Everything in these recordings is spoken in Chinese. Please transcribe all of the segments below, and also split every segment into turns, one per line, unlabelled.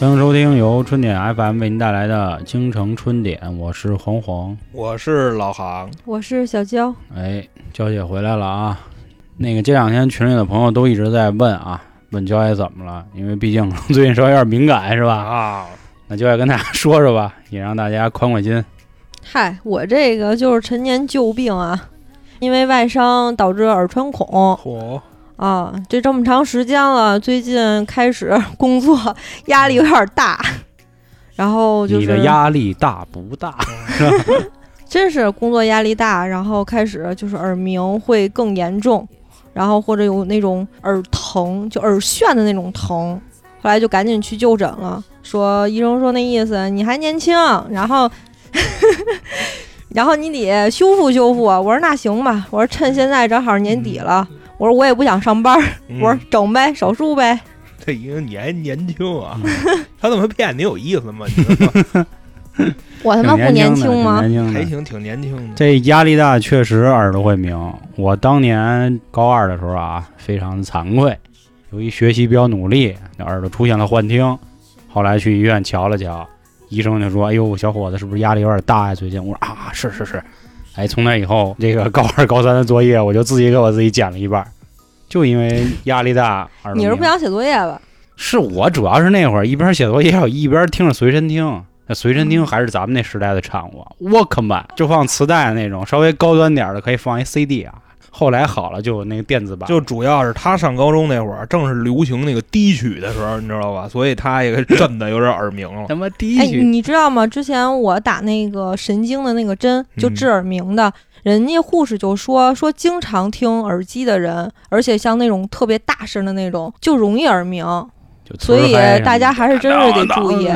欢迎收听由春点 FM 为您带来的京城春点，我是黄黄。
我是老航，
我是小娇，
哎，娇姐回来了啊！那个这两天群里的朋友都一直在问啊，问娇姐怎么了，因为毕竟最近稍微有点敏感是吧？
啊，
那娇姐跟大家说说吧，也让大家宽宽心。
嗨，我这个就是陈年旧病啊，因为外伤导致耳穿孔
嚯，
啊，这这么长时间了，最近开始工作压力有点大， 然后就
你的
是
压力大不大？
真是工作压力大，然后开始就是耳鸣会更严重，然后或者有那种耳疼，就耳眩的那种疼。后来就赶紧去就诊了，说医生说那意思你还年轻，然后 然后你得修复修复。我说那行吧，我说趁现在正好年底了，
嗯
我说我也不想上班，
嗯
我说整呗，手术呗。
这一个你还年轻啊，
嗯
他怎么骗你有意思吗？你知道吗
我他
挺
妈不
年
年
轻的
轻吗？
挺年轻
还
的。
行，挺年轻的。
嗯这压力大确实耳朵会鸣。我当年高二的时候啊，非常惭愧，由于学习比较努力，那耳朵出现了幻听。后来去医院瞧了瞧，医生就说：“哎呦，小伙子是不是压力有点大呀、最近我说：“啊，是是是。”哎，从那以后，这个高二、高三的作业我就自己给我自己减了一半儿，就因为压力大，耳朵
你是
鸣
不想写作业吧？
是我主要是那会儿一边写作业，一边听着随身听。那随身听还是咱们那时代的产物，Walkman 就放磁带那种，稍微高端点儿的可以放一 CD 啊。后来好了，就有那个电子版，
就主要是他上高中那会儿，正是流行那个低曲的时候，你知道吧？所以他也给震的有点耳鸣了。
他妈第
哎，
一句
你知道吗？之前我打那个神经的那个针，就
嗯
治耳鸣的，人家护士就说说，经常听耳机的人，而且像那种特别大声的那种，就容易耳鸣，
就
所以
呲儿嗨
大家还是真是得注意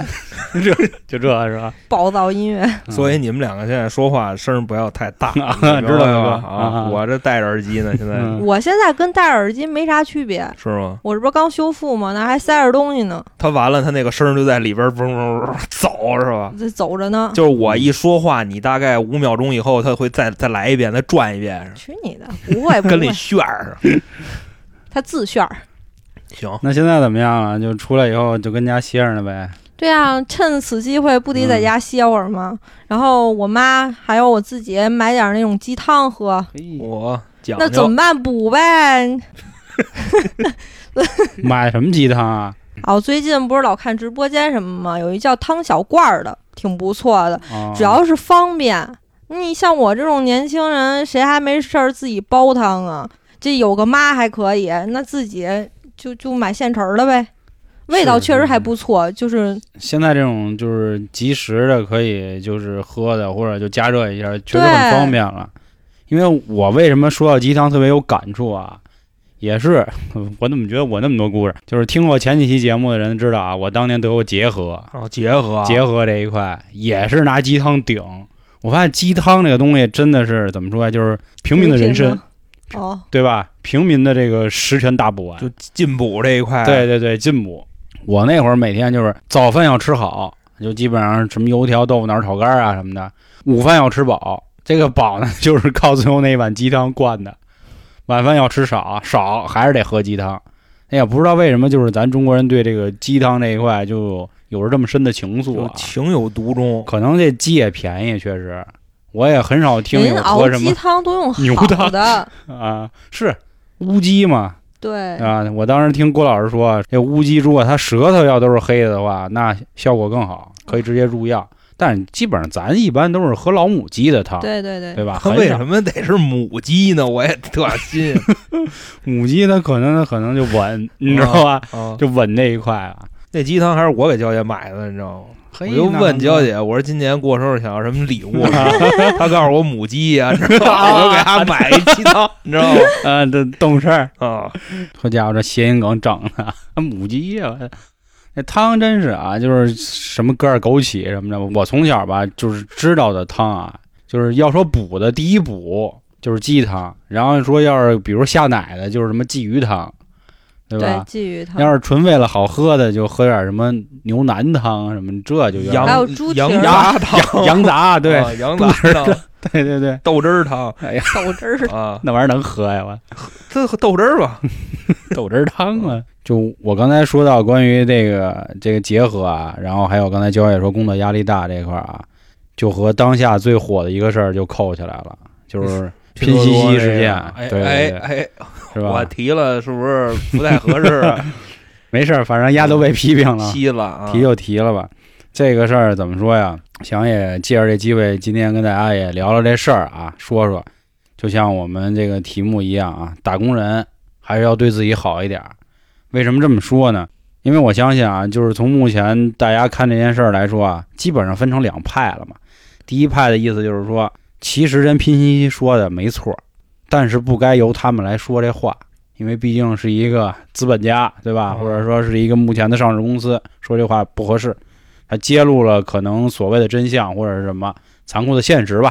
就这是吧？
暴躁音乐。
嗯
所以你们两个现在说话声儿不要太大，
啊
你
知道了
吗？
吧
啊，
啊
我这戴着耳机呢，现在
嗯
我现在跟戴耳机没啥区别，
是吗？
我这不是刚修复吗？那还塞着东西呢，
他完了，他那个声儿就在里边嗡嗡嗡走，是吧？
这走着呢。
就是我一说话，你大概五秒钟以后，他会再再来一遍，再转一遍，
去你的，不 会不
跟
会
那，旋儿。
他自炫儿。
行，
那现在怎么样了？就出来以后就跟家歇着呢呗。
对啊，趁此机会不
嗯
得在家歇会儿吗？然后我妈还有我自己买点那种鸡汤喝，
嗯
我讲
那怎
究
么办？补呗。
买什么鸡汤啊？
哦，最近不是老看直播间什么吗？有一叫汤小罐儿的，挺不错的，
啊
只要是方便。你像我这种年轻人，谁还没事儿自己煲汤啊？这有个妈还可以，那自己就就买现成儿的呗，味道
是嗯
确
是
实还
是
不错。就是
现在这种就是即时的，可以就是喝的，或者就加热一下，确实
对
很方便了。因为我为什么说到鸡汤特别有感触啊？也是， 我怎么觉得我那么多故事？就是听过前几期节目的人知道啊，我当年得过结核，
哦，结合啊
结合这一块也是拿鸡汤顶。我发现鸡汤这个东西真的是怎么说呀、啊就是平民的人
平
参
民，哦，
对吧？平民的这个十全大补丸，啊
就进补这一块，
对，对对，进补。哎我那会儿每天就是早饭要吃好，就基本上什么油条、豆腐脑、炒肝儿啊什么的；午饭要吃饱，这个饱呢就是靠最后那一碗鸡汤灌的；晚饭要吃少，少还是得喝鸡汤。哎呀，不知道为什么，就是咱中国人对这个鸡汤这一块就有着这么深的情愫
就
啊。
情有独钟。
可能这鸡也便宜，确实，我也很少听
人
有
熬
喝什
鸡
么
汤都用
牛
好
汤
的，
啊，是乌鸡嘛，
对，
啊，我当时听郭老师说，这乌鸡如果它舌头要都是黑的的话，那效果更好，可以直接入药。但基本上咱一般都是喝老母鸡的汤，
对对对，
对吧？
他
很
为
少
什么得是母鸡呢？我也特新
母鸡它可能它可能就稳，你知道吧？
啊！
就稳这一块啊。
那鸡汤还是我给娇姐买的，你知道吗？
我
我就问娇，姐，我说今年过生日想要什么礼物？她告诉我母鸡呀，你知道吗？我就给她买一鸡汤，你知道吗？
啊，这懂事儿，
啊，
好家伙，这谐音梗整的，母鸡呀、那汤真是啊，就是什么割耳枸杞什么的。我从小吧，就是知道的汤啊，就是要说补的，第一补就是鸡汤，然后说要是比如下奶的，就是什么鲫鱼汤，对
对
吧？
鲫鱼汤，
要是纯为了好喝的，就喝点什么牛腩汤什么，这就有点
羊
还有猪蹄
羊
儿
杂汤，
羊 杂，对、
啊羊杂汤，
对对对，
豆汁儿汤
豆汁儿
啊，
那玩意儿能喝呀？我
这豆汁儿吧，
豆汁儿汤啊，就我刚才说到关于这个这个结合啊，然后还有刚才焦也说工作压力大这块儿啊，就和当下最火的一个事儿就扣起来了，就是拼夕夕事件
哎，
对对
哎
对
哎，
是
我
吧？
提了是不是不太合适啊？
没事儿，反正丫都被批评了，
吸了 啊，
提就提了吧。这个事儿怎么说呀？想也借着这机会，今天跟大家也聊聊这事儿啊，说说，就像我们这个题目一样啊，打工人还是要对自己好一点儿。为什么这么说呢？因为我相信啊，就是从目前大家看这件事儿来说啊，基本上分成两派了嘛。第一派的意思就是说，其实人拼夕夕说的没错，但是不该由他们来说这话，因为毕竟是一个资本家，对吧？
嗯
或者说是一个目前的上市公司，说这话不合适。他揭露了可能所谓的真相或者是什么残酷的现实吧。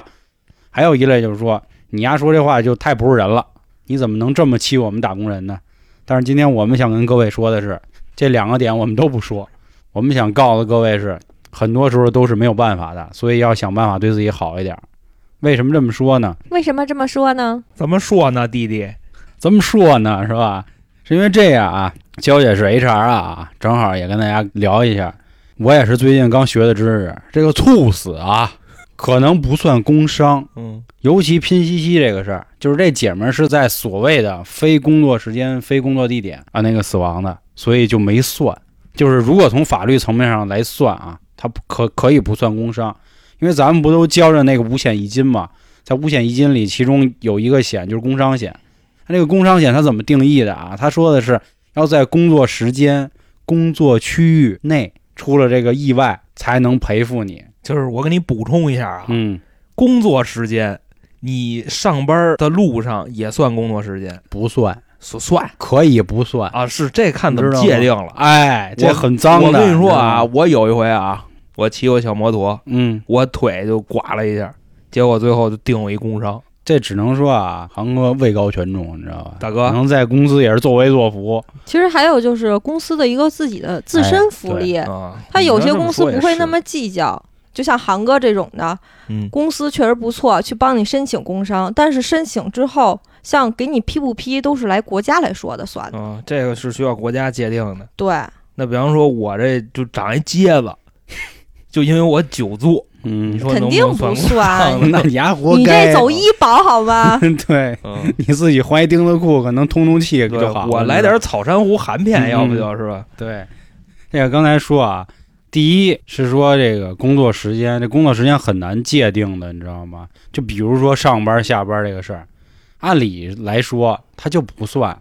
还有一类就是说，你丫说这话就太不是人了，你怎么能这么欺我们打工人呢？但是今天我们想跟各位说的是，这两个点我们都不说，我们想告诉各位是，很多时候都是没有办法的，所以要想办法对自己好一点。为什么这么说呢？
为什么这么说呢？
怎么说呢，弟弟？
怎么说呢？是吧？是因为这样啊，娇姐是 HR 啊，正好也跟大家聊一下。我也是最近刚学的知识，这个猝死啊，可能不算工伤，
嗯，
尤其拼夕夕这个事儿，就是这姐们儿是在所谓的非工作时间、非工作地点啊那个死亡的，所以就没算。就是如果从法律层面上来算啊，它不可可以不算工伤，因为咱们不都交着那个五险一金嘛，在五险一金里，其中有一个险就是工伤险。它这个工伤险它怎么定义的啊？他说的是要在工作时间、工作区域内出了这个意外才能赔付你。
就是我给你补充一下啊，
嗯，
工作时间，你上班的路上也算工作时间，
不算，
所算
可以不算。
啊，是这看怎
你
么
知道吗
界定了。
哎，这
我
很脏的。
我跟你说
知
啊，
道吗，
我有一回啊，我骑我小摩托，
嗯，
我腿就剐了一下，结果最后就定我一工伤。
这只能说啊，航哥位高权重，你知道吧？
大哥
可能在公司也是作威作福。
其实还有就是公司的一个自己的自
哎
身福利，
啊，
他有
你
些
要这么
公司
说也
不会
是
那么计较。就像韩哥这种的，
嗯，
公司确实不错，去帮你申请工伤，但是申请之后，像给你批不批，都是来国家来说的算
嗯
的。
啊，这个是需要国家界定的。
对，
那比方说，我这就长一疖子，就因为我久坐，你
嗯，
说
肯
能
定
能
不
算吗？
算。
那你丫活
你
该。
这走医保好
啊
吗？
对
嗯，
你自己换一钉子裤，可能通通气
对，
就好了。
我来点草珊瑚含片，
嗯
要不就是吧？
对，这个刚才说啊，第一是说这个工作时间，这工作时间很难界定的，你知道吗？就比如说上班下班这个事儿，按理来说它就不算，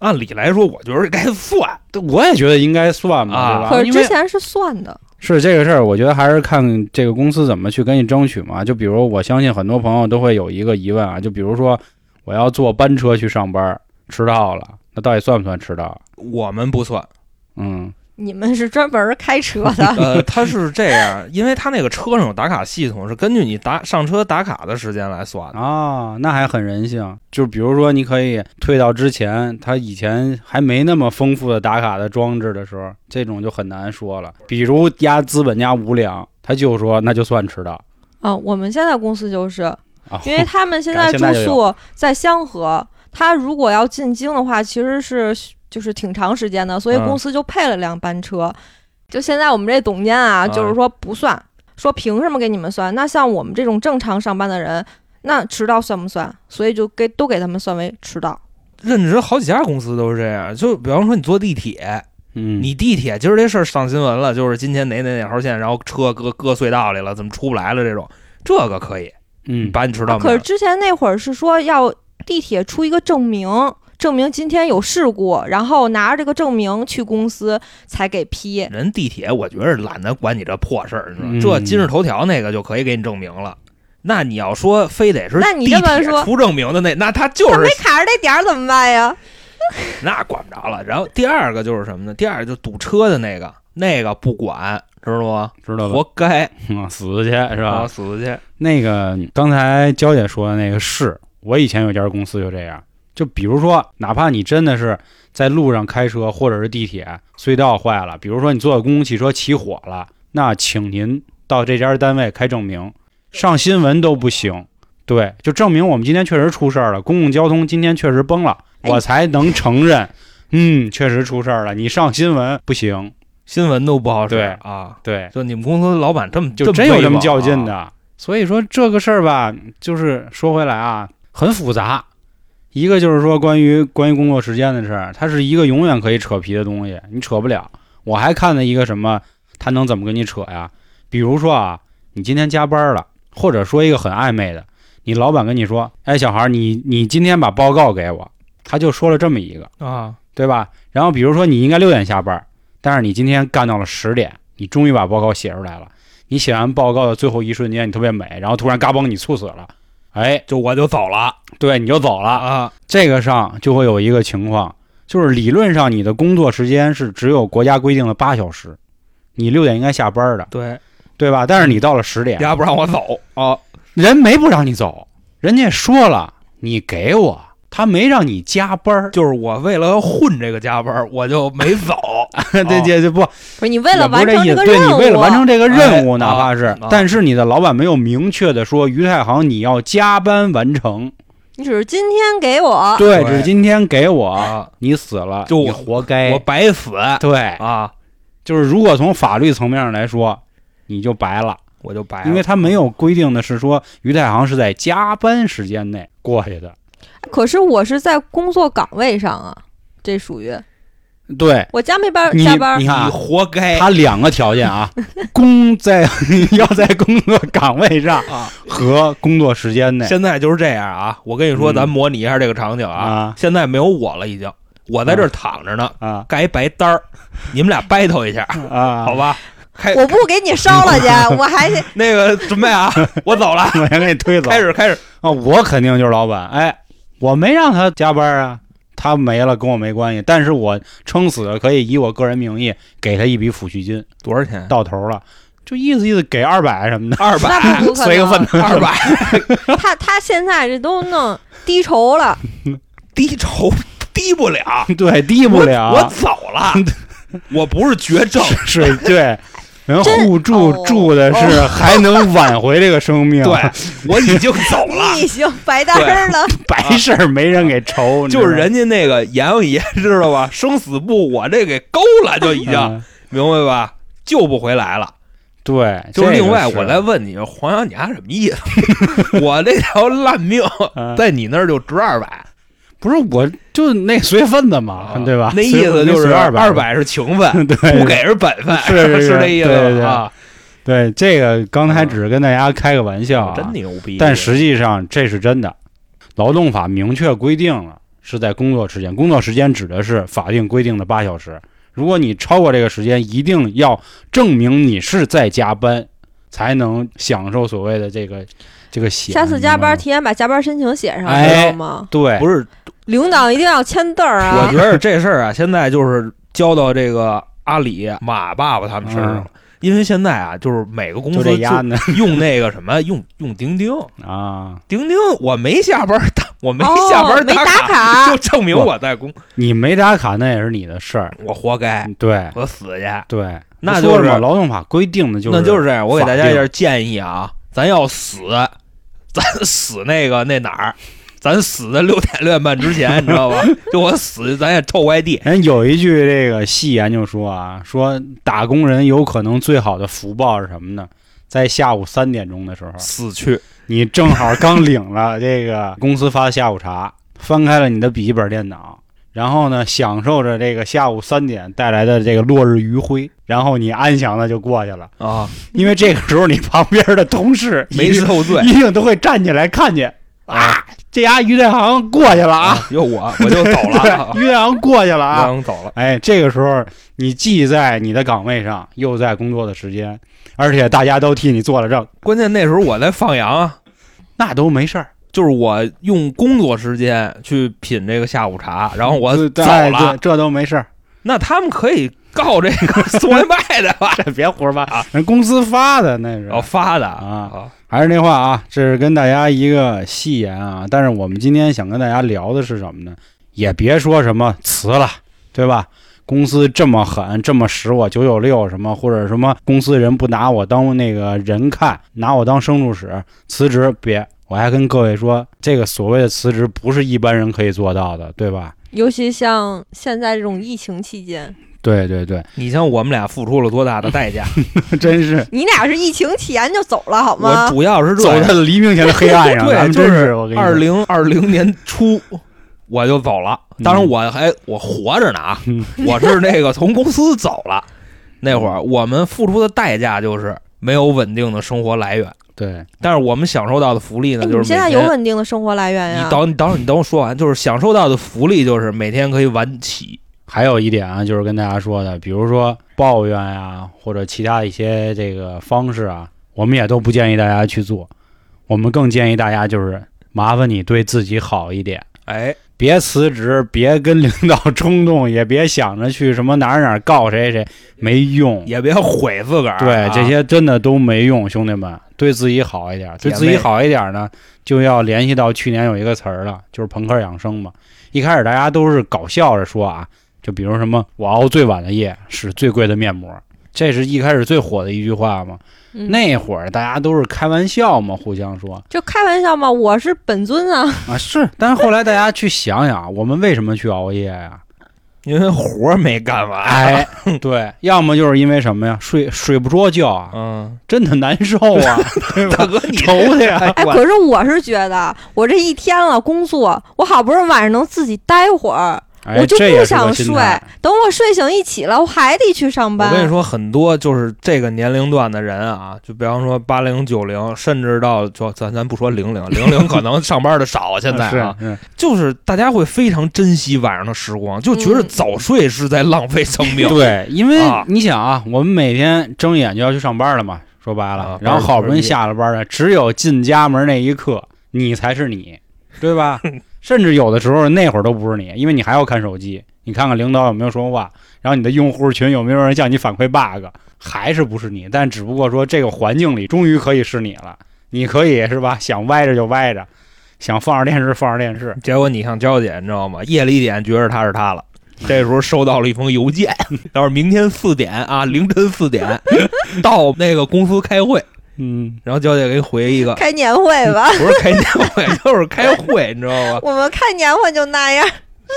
按理来说，我觉得该算。
我也觉得应该算嘛，
啊
对吧？
可是
因为
之前是算的，
是这个事儿，我觉得还是看这个公司怎么去跟你争取嘛。就比如，我相信很多朋友都会有一个疑问啊，就比如说我要坐班车去上班，迟到了，那到底算不算迟到？
我们不 算，
嗯，
你们是专门开车 的，
呃，他是这样，因为他那个车上有打卡系统，是根据你打上车打卡的时间来算的。
啊，那还很人性。就比如说，你可以退到之前，他以前还没那么丰富的打卡的装置的时候，这种就很难说了。比如压资本家无良，他就说那就算迟到
啊，我们现在公司就是，
啊，
因为他们现在
现
住
在就
宿在香河，他如果要进京的话，其实是就是挺长时间的，所以
嗯
公司就配了辆班车。就现在我们这总监啊，
嗯
就是说不算，说凭什么给你们算？那像我们这种正常上班的人，那迟到算不算？所以就给都给他们算为迟到。
任职好几家公司都是这样，就比方说你坐地铁，
嗯，
你地铁今儿这事儿上新闻了，就是今天哪哪哪号线，然后车搁搁隧道里了，怎么出不来了这种，这个可以，
嗯
把你迟到
啊可
免了。
是之前那会儿是说要地铁出一个证明，证明今天有事故，然后拿着这个证明去公司才给批。
人地铁，我觉得懒得管你这破事儿，你
嗯
知道吗？这今日头条那个就可以给你证明了。那你要说非得是
那你
地
这么
铁
说
出证明的那，那他就
他
是
没卡着这点儿怎么办呀？
那管不着了。然后第二个就是什么呢？第二个就是堵车的那个，那个不管，知道吗？
知道吧
活？该，
嗯死去是吧？
我死去。
那个刚才娇姐说的那个是，我以前有家公司就这样。就比如说，哪怕你真的是在路上开车，或者是地铁隧道坏了，比如说你坐的公共汽车起火了，那请您到这家单位开证明，上新闻都不行。对，就证明我们今天确实出事儿了，公共交通今天确实崩了，
哎
我才能承认嗯，确实出事儿了，你上新闻不行。
新闻都不好使
对
啊。
对，
就你们公司老板这么啊
就真有这么较劲
的，
的。所以说这个事儿吧，就是说回来啊，很复杂。一个就是说关于关于工作时间的事儿，它是一个永远可以扯皮的东西，你扯不了。我还看了一个什么，他能怎么跟你扯呀？比如说啊，你今天加班了，或者说一个很暧昧的，你老板跟你说：“哎，小孩儿，你你今天把报告给我。”他就说了这么一个，
啊，
对吧？然后比如说你应该六点下班，但是你今天干到了十点，你终于把报告写出来了。你写完报告的最后一瞬间，你特别美，然后突然嘎嘣你猝死了，哎，
就我就走了
对，你就走了。
啊，
这个上就会有一个情况，就是理论上你的工作时间是只有国家规定的八小时，你六点应该下班的，
对，
对吧？但是你到了十点，哦
丫不让我走啊，
人没不让你走，人家说了你给我，他没让你加班 儿，
就是我为了混这个加班，我就没走。
对对对，不，
不是你为
也
了
不是
完成
意
这
思
个
对
任务，
你为了完成这个任务，
哎
哪怕是，
啊啊
啊但是你的老板没有明确的说于太行你要加班完成，
你只是今天给我，
啊对，
对
只是今天给我，
啊，
你死了
就
你
我
活该，
我白死
对，
啊，
就是如果从法律层面上来说，你就白了，
我就白了，
因为他没有规定的是说于太行是在加班时间内过去的，
可是我是在工作岗位上啊，这属于
对
我加没班
你
加班
你看啊
你活该
他两个条件 啊，工在 要在工作岗位上
啊！
和工作时间内，
现在就是这样啊，我跟你说，
嗯
咱模拟一下这个场景
啊
啊，现在没有我了，已经，我在这儿躺着呢，
啊
盖一白单儿，你们俩 battle 一下，
啊，
好吧？开
我不给你烧了去，我还得
那个准备 啊，我走了，
我先给你推走，
开始开始，
啊，我肯定就是老板。哎，我没让他加班啊，他没了跟我没关系，但是我撑死了可以以我个人名义给他一笔抚恤金，
多少钱？啊
到头了就意思意思给二百什么的，
二百，
那不不可能
随个份子
二百，
他他现在这都弄低酬了，
低酬低不了，
对，低不了，
我我走 了，我不是绝症，
是对。 人
真
互助
哦
助的是还能挽回这个生命，
对我已经走了。
你已经白单儿了，
白事儿没人给愁，你知道
啊就
吗
是人家那个阎王爷知道吧，生死簿我这给勾了，就已经
嗯
明白吧？救不回来了。
对，
就是
这个
另外，
是
我再问你，黄洋，你丫什么意思？ 我这条烂命
嗯
在你那儿就值二百，
不是我就那随份子嘛，啊对吧？
啊那意思就是
二
二
百，
百是情分，
对，
不给 是本分，
是是是
这意思
对对对
吧啊
对，这个刚才只是跟大家开个玩笑、啊，
啊？真牛逼！
但实际上这是真的。劳动法明确规定了是在工作时间，工作时间指的是法定规定的八小时。如果你超过这个时间，一定要证明你是在加班，才能享受所谓的这个这个闲。
下次加班
你
提前把加班申请写上，
哎
知道吗？
知道吗对，
不是，
领导一定要签字儿
我
啊
觉！得这事儿啊，现在就是交到这个阿里、马爸爸他们身上了，因为现在啊，就是每个公
就
司
这丫呢
就 用那个什么，用用钉钉，
啊！
钉钉，我没下班打， 我没
哦
下班
没
打
打
卡，
卡
就，证明我在工，
你没打卡那也是你的事儿，嗯
我活该，
对
我死去。
对，
那
不说
就是
了嘛劳动法规定的就是
那就是这样，我给大
法
家
定
一下建议啊，咱要死， 咱死那个那哪儿，咱死在六点六点半之前，你知道吧？ 就我死，咱也臭外地。
人有一句这个戏言就说啊，说打工人有可能最好的福报是什么呢？在下午三点钟的时候，
死去，
你正好刚领 了这个公司发的下午茶，翻开了你的笔记本电脑，然后呢，享受着这个下午三点带来的这个落日余晖，然后你安详的就过去了，
啊，
因为这个时候你旁边的同事
没
一定
受罪
一定都会站起来看见啊，这家于太行过去了啊，，
又我我就 走了啊，
于太行过去了啊，
我走了，
哎，这个时候你既在你的岗位上，又在工作的时间，而且大家都替你做了证，
关键那时候我在放羊啊，
那都没事儿。
就是我用工作时间去品这个下午茶，然后我
对
走
哎
了
对，，这都没事儿，
那他们可以告这个 送外卖的吧？
这别胡说八道，人公司发的那是。
哦，发的
啊，还是那话啊，这是跟大家一个戏言啊。但是我们今天想跟大家聊的是什么呢？也别说什么辞了，对吧？公司这么狠，这么使我九九六什么，或者什么公司人不拿我当那个人看，拿我当牲畜使，辞职别。我还跟各位说，这个所谓的辞职不是一般人可以做到的，对吧？
尤其像现在这种疫情期间，
对对对，
你像我们俩付出了多大的代价？
真 是
你俩是疫情前就走了好
我
吗？
主要是这
走
样
在了黎明前的黑暗上，
对
咱们真
就是
是我跟你
二
说，
零二零年初我就走了，当然
嗯
我还我活着呢啊
嗯，
我是那个从公司走了。那会儿我们付出的代价就是没有稳定的生活来源，
对，
但是我们享受到的福利
哎
呢，就
你
是
们现在
每
有啊
天
稳定的生活来源呀
你？等你等会儿你等我说完，就是享受到的福利就是每天可以晚起，
还有一点啊，就是跟大家说的，比如说抱怨呀、或者其他一些这个方式啊，我们也都不建议大家去做。我们更建议大家就是麻烦你对自己好一点，
哎，
别辞职，别跟领导冲动，也别想着去什么哪儿哪儿告谁谁，没用。
也别毁自个儿啊、
对，这些真的都没用，兄弟们，对自己好一点，对自己好一点呢，就要联系到去年有一个词儿了，就是朋克养生嘛。一开始大家都是搞笑着说啊，就比如什么我熬最晚的夜，使最贵的面膜，这是一开始最火的一句话嘛。
嗯
那会儿大家都是开玩笑嘛，互相说
就开玩笑嘛，我是本尊啊，
啊是，但是后来大家去想想，啊 我们为什么去熬夜呀、
因为活儿没干完，
哎， 对，要么就是因为什么呀，睡睡不着觉啊，
嗯，
真的难受啊，对
大
吧？
哥你
愁的呀。
哎，
我
可是我是觉得，我这一天了工作，我好不容易晚上能自己待会儿，
哎
我就
这也
不
是个
想
心
睡
态。
等我睡醒一起了，我还得去上班。
我跟你，说，很多就是这个年龄段的人啊，就比方说八零、九零，甚至到就咱咱不说零零，零零可能上班的少，现在啊，
是嗯
就是大家会非常珍惜晚上的时光，就觉得
嗯
早睡是在浪费生命。
对，因为
嗯啊
你想啊，我们每天睁眼就要去上班了嘛，说白了，
啊
然后好不容易下了班了，只有进家门那一刻，你才是你，对吧？ 甚至有的时候那会儿都不是你，因为你还要看手机，你看看领导有没有说话，然后你的用户群有没有人向你反馈 bug，还是不是你？但只不过说这个环境里终于可以是你了，你可以是吧？想歪着就歪着，想放着电视放着电视，
结果你像娇姐，你知道吗？夜里一点觉着她是她了。这时候收到了一封邮件， 到时候明天四点啊，凌晨四点到那个公司开会，
嗯，
然后娇姐给你回一个，
开年会吧，
不是开年会 就是开会，你知道吗？
我们开年会就那样。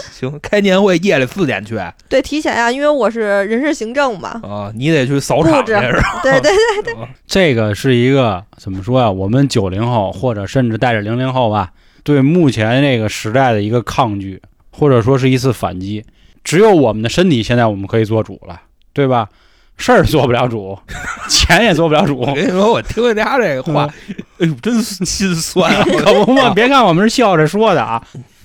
行，开年会夜里四点去啊，
对，提前啊，因为我是人事行政嘛。
你得去扫场去
布置
是
啊
吧？
对 对，
这个是一个怎么说呀、我们九零后或者甚至带着零零后吧，对目前这个时代的一个抗拒，或者说是一次反击。只有我们的身体现在我们可以做主了，对吧？事儿做不了 主，钱也做不了主。
我跟你说，我听了他这个话，
嗯
哎呦，真心酸啊！
可不嘛，别看我们是笑着说的啊，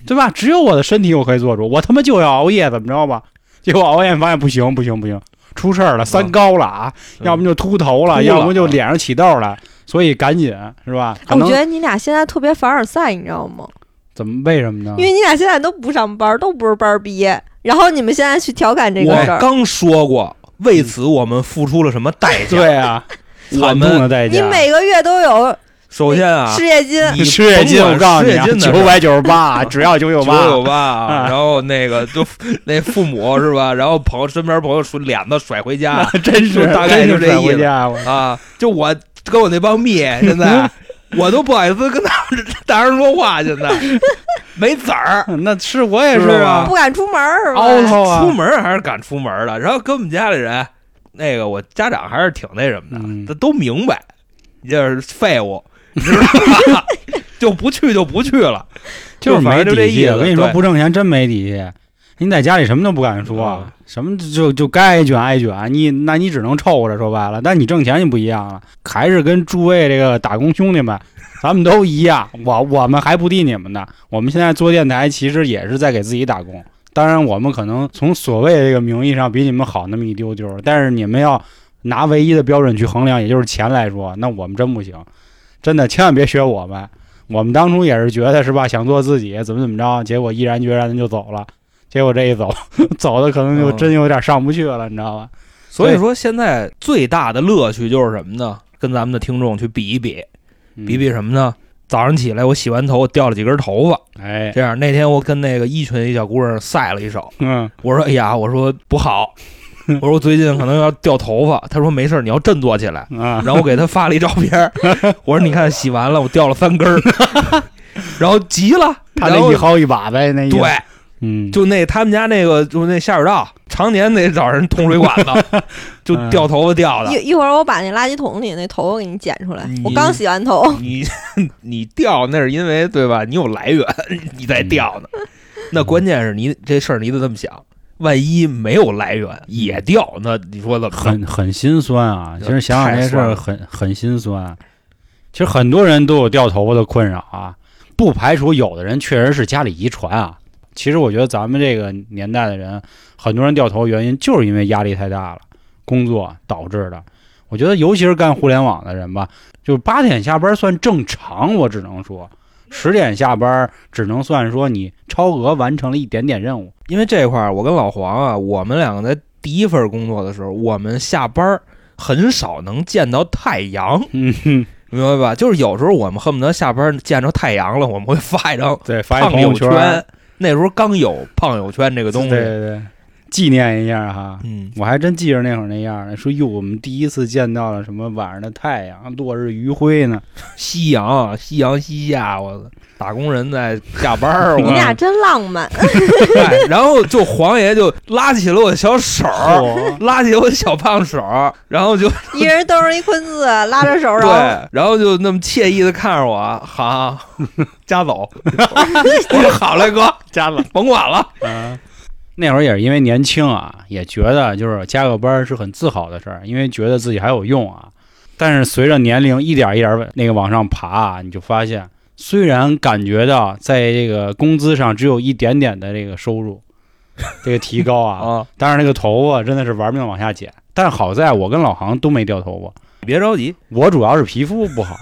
对吧？只有我的身体我可以做主，我他妈就要熬夜，怎么着吧？结果熬夜发现不行，不行，不行，出事儿了，三高了啊！
嗯
要么就秃头
秃
了，
了
要么就脸上起痘了，所以赶紧是吧？可
我
能
觉得你俩现在特别凡尔赛，你知道吗？
怎么为什么呢？
因为你俩现在都不上班，都不是班儿毕业，然后你们现在去调侃这个事
我
儿。
刚说过，为此我们付出了什么代价？
对啊，
我
惨痛
们
的代
你
价。
每个月都有
首先啊，
失业金，
你
失业金，我
甭
告诉
管失
你
业
啊，
金的
九
事儿
百九十 八，只要九九
九
八
九。八啊，
啊
然后那个 就那父母是吧？然后朋友身边朋友说脸子甩回家
真是，
大概就
真
这
是
意
甩
思
回家 我
啊，就我跟我那 帮蜜现在我都不好意思跟他们大人说话，现 在没子儿。
那是我也是
是
啊
吧
不，敢出门儿是
凹
吧？
头
出
啊，
门儿还是敢出门儿的。然后跟我们家里人，那个我家长还是挺那什么
嗯
的，他都明白，你这是废物，你知道 吧？就不去就不去了，
就是
反
没
正就这
底
意
气。
思。
我跟你说，
对
不挣钱真没底气。你在家里什么都不敢说
嗯，
什么就就该挨卷挨卷，你那你只能凑合着。说白了，但你挣钱就不一样了，还是跟诸位这个打工兄弟们，咱们都一样。我我们还不敌你们呢，我们现在做电台其实也是在给自己打工。当然，我们可能从所谓这个名义上比你们好那么一丢丢，但是你们要拿唯一的标准去衡量，也就是钱来说，那我们真不行，真的千万别学我们。我们当初也是觉得是吧，想做自己，怎么怎么着，结果毅然决然的就走了。结果这一走， 走的可能就
嗯
真有点上不去了，你知道吧？
所以说现在最大的乐趣就是什么呢？跟咱们的听众去比一比，
嗯
比比，什么呢？早上起来我洗完头，我掉了几根头发，
哎，
这样那天我跟那个一群一小姑娘赛了一手，
嗯，
我说：“哎呀，我说不好，我说我最近可能要掉头发，他说没事儿，你要振作起来。
啊，
然后我给他发了一照片 儿，我说你看洗完了，我掉了三根儿，然后急了，
他
然
那
后
一薅一把呗，那意思
对，
嗯，
就那他们家那个就那下水道，常年得找人通水管 子，就掉头发掉的。
一一会儿我把那垃圾桶里那头发给你剪出来
你，
我刚洗完头。
你 你掉那是因为对吧？你有来源， 你才掉呢。那关键是你这事儿你得这么想，万一没有来源也掉，那你说怎么弄？
很很心酸啊。其实想想这事儿很很心酸。其实很多人都有掉头发的困扰啊，不排除有的人确实是家里遗传啊。其实我觉得咱们这个年代的人，很多人掉头原因就是因为压力太大了，工作导致的。我觉得尤其是干互联网的人吧，就是八点下班算正常，我只能说十点下班只能算说你超额完成了一点点任务。
因为这块儿，我跟老黄啊，我们两个在第一份工作的时候，我们下班儿很少能见到太阳，
嗯哼，
明白吧？就是有时候我们恨不得下班儿见着太阳了，我们会发一张
对，发一
胖
朋友
友
圈，
圈。那时候刚有胖友圈这个东
对
西，
对对，纪念一下哈。
嗯，
我还真记着那会儿那样呢，说哟，我们第一次见到了什么晚上的太阳、落日余晖呢？
夕阳啊，夕阳西下，我操打工人在下班儿，
你
我
俩真浪漫，
哎然后就黄爷就拉起了我小手儿，
哦，
拉起我小胖手儿，然后就
一人兜着一坤字，拉着手，然后
对，然后就那么惬意的看着我，好， 家走。我说好嘞，哥，
加了
甭管了。
啊。那会儿也是因为年轻啊，也觉得就是加个班是很自豪的事儿，因为觉得自己还有用啊。但是随着年龄一点一点那个往上爬啊，你就发现，虽然感觉到在这个工资上只有一点点的这个收入，这个提高 啊，
啊，
但是那个头发真的是玩命往下剪。但好在我跟老航都没掉头发，
别着急，
我主要是皮肤不好，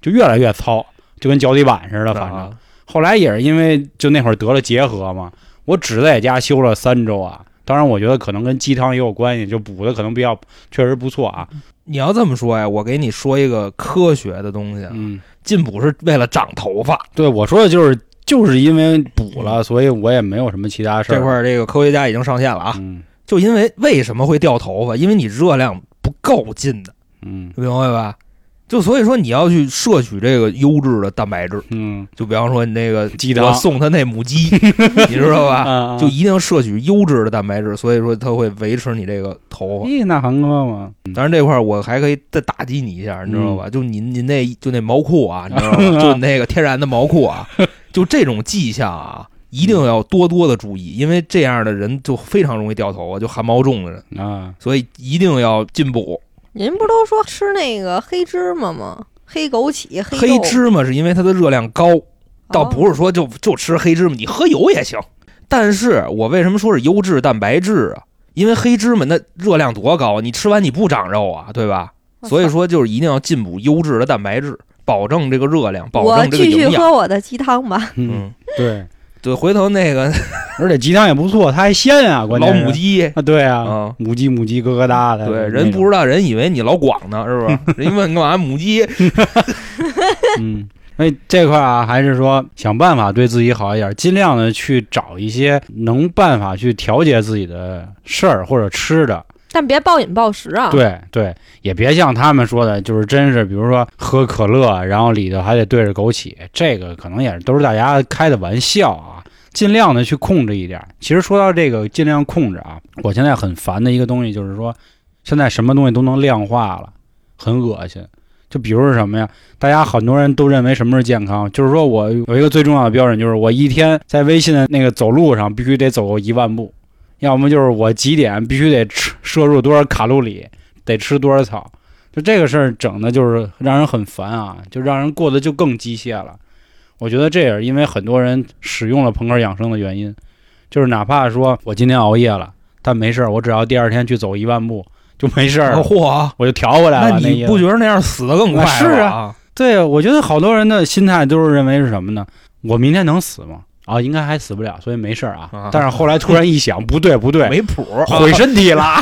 就越来越糙，就跟脚底板似的。反正
啊
后来也是因为就那会儿得了结核嘛，我只在家休了三周啊。当然，我觉得可能跟鸡汤也有关系，就补的可能比较确实不错啊。
你要这么说呀，我给你说一个科学的东西啊，
嗯，
进补是为了长头发。
对，我说的就是就是因为补了，所以我也没有什么其他事儿。
这块儿这个科学家已经上线了啊，
嗯
就因为为什么会掉头发，因为你热量不够进的，
嗯
明白吧？就所以说你要去摄取这个优质的蛋白质，
嗯
就比方说你那个
鸡
我
汤
送他那母 鸡，你知道吧？
啊，
就一定摄取优质的蛋白质，所以说它会维持你这个头发。
咦，哎那韩哥嘛，
嗯
啊
当然这块儿我还可以再打击你一下，你知道
嗯
吧？就您您那就那毛裤啊，你知道吧？就那个天然的毛裤啊，就这种迹象啊，一
嗯
定要多多的注意，因为这样的人就非常容易掉头发，就汗毛重的人，
啊，
所以一定要进补。
人不都说吃那个黑芝麻吗？黑枸杞、黑
黑
豆
芝麻是因为它的热量高，倒
哦
不是说就就吃黑芝麻，你喝油也行。但是我为什么说是优质蛋白质啊？因为黑芝麻那热量多高，你吃完你不长肉啊，对吧？所以说就是一定要进补优质的蛋白质，保证这个热量，保
我
证这个
继续
营养。
喝我的鸡汤吧。
嗯，
嗯，
对，
对，回头那个
而且鸡汤也不错，它还鲜啊，关键
老
是
母鸡
啊，对啊，
啊，
母鸡母鸡咯咯哒的，
对，人不
是，
知道，人以为你老广呢，是 吧？人一问干嘛母鸡？
嗯，所以这块儿啊，还是说想办法对自己好一点，尽量的去找一些能办法去调节自己的事儿或者吃的，
但别暴饮暴食啊！
对对，也别像他们说的，就是真是，比如说喝可乐，然后里头还得对着枸杞，这个可能也是都是大家开的玩笑啊。尽量的去控制一点。其实说到这个，尽量控制啊，我现在很烦的一个东西就是说，现在什么东西都能量化了，很恶心。就比如是什么呀？大家很多人都认为什么是健康，就是说我有一个最重要的标准，就是我一天在微信的那个走路上必须得走够一万步，要么就是我几点必须得吃摄入多少卡路里，得吃多少草，就这个事儿整的就是让人很烦啊，就让人过得就更机械了。我觉得这也是因为很多人使用了朋克养生的原因，就是哪怕说我今天熬夜了，但没事儿，我只要第二天去走一万步就没事儿了，
嚯啊！
我就调回来了。
那
意
你
思
不觉得那样死的更快
啊是
吗
啊对，我觉得好多人的心态都是认为是什么呢？我明天能死吗？啊，应该还死不了，所以没事儿
啊
啊。但是后来突然一想，不对不对，
没谱儿，
毁身体了，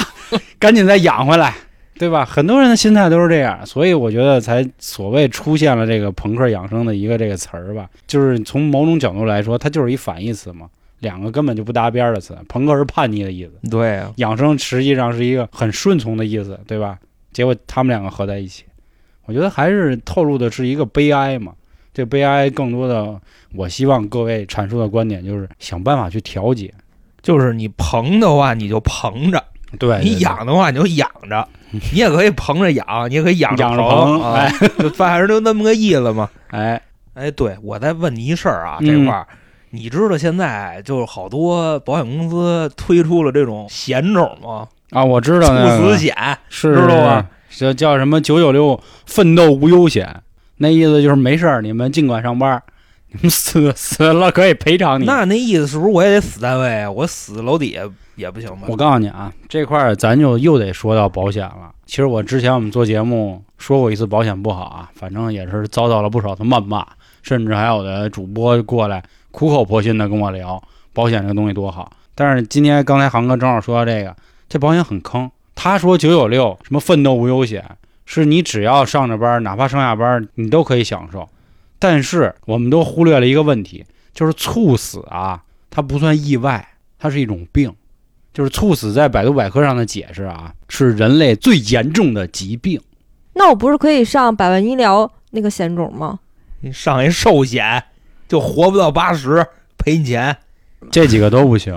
赶紧再养回来，对吧？很多人的心态都是这样，所以我觉得才所谓出现了这个“朋克养生”的一个这个词儿吧，就是从某种角度来说，它就是一反义词嘛。两个根本就不搭边儿的词。朋克是叛逆的意思，
对啊，
养生实际上是一个很顺从的意思，对吧？结果他们两个合在一起，我觉得还是透露的是一个悲哀嘛。这悲哀更多的，我希望各位阐述的观点就是想办法去调节。
就是你捧的话你就捧着，
哎对，
你养的话你就养 着，你也可以捧着养，你也可以养
养着
捧，
捧
啊
哎
就反正就那么个意思嘛。
哎，
哎，对，我再问你一事儿啊，
嗯
这块儿。你知道现在就是好多保险公司推出了这种险种吗？
啊，我知道那
猝
个
死险，
是
知道吧？
这叫什么九九六奋斗无忧险，那意思就是没事儿，你们尽管上班儿，你们死死了可以赔偿你。
那那意思是不是我也得死单位啊？我死楼底下也不行吗？
我告诉你啊，这块儿咱就又得说到保险了。其实我之前我们做节目说过一次保险不好啊，反正也是遭到了不少的谩骂，甚至还有的主播过来苦口婆心的跟我聊保险这个东西多好。但是今天刚才航哥正好说到这个，这保险很坑。他说九九六什么奋斗无忧险，是你只要上着班，哪怕上下班，你都可以享受。但是我们都忽略了一个问题，就是猝死啊，它不算意外，它是一种病。就是猝死在百度百科上的解释啊，是人类最严重的疾病。
那我不是可以上百万医疗那个险种吗？
你上一寿险，就活不到八十，赔你钱。
啊这几个都不行，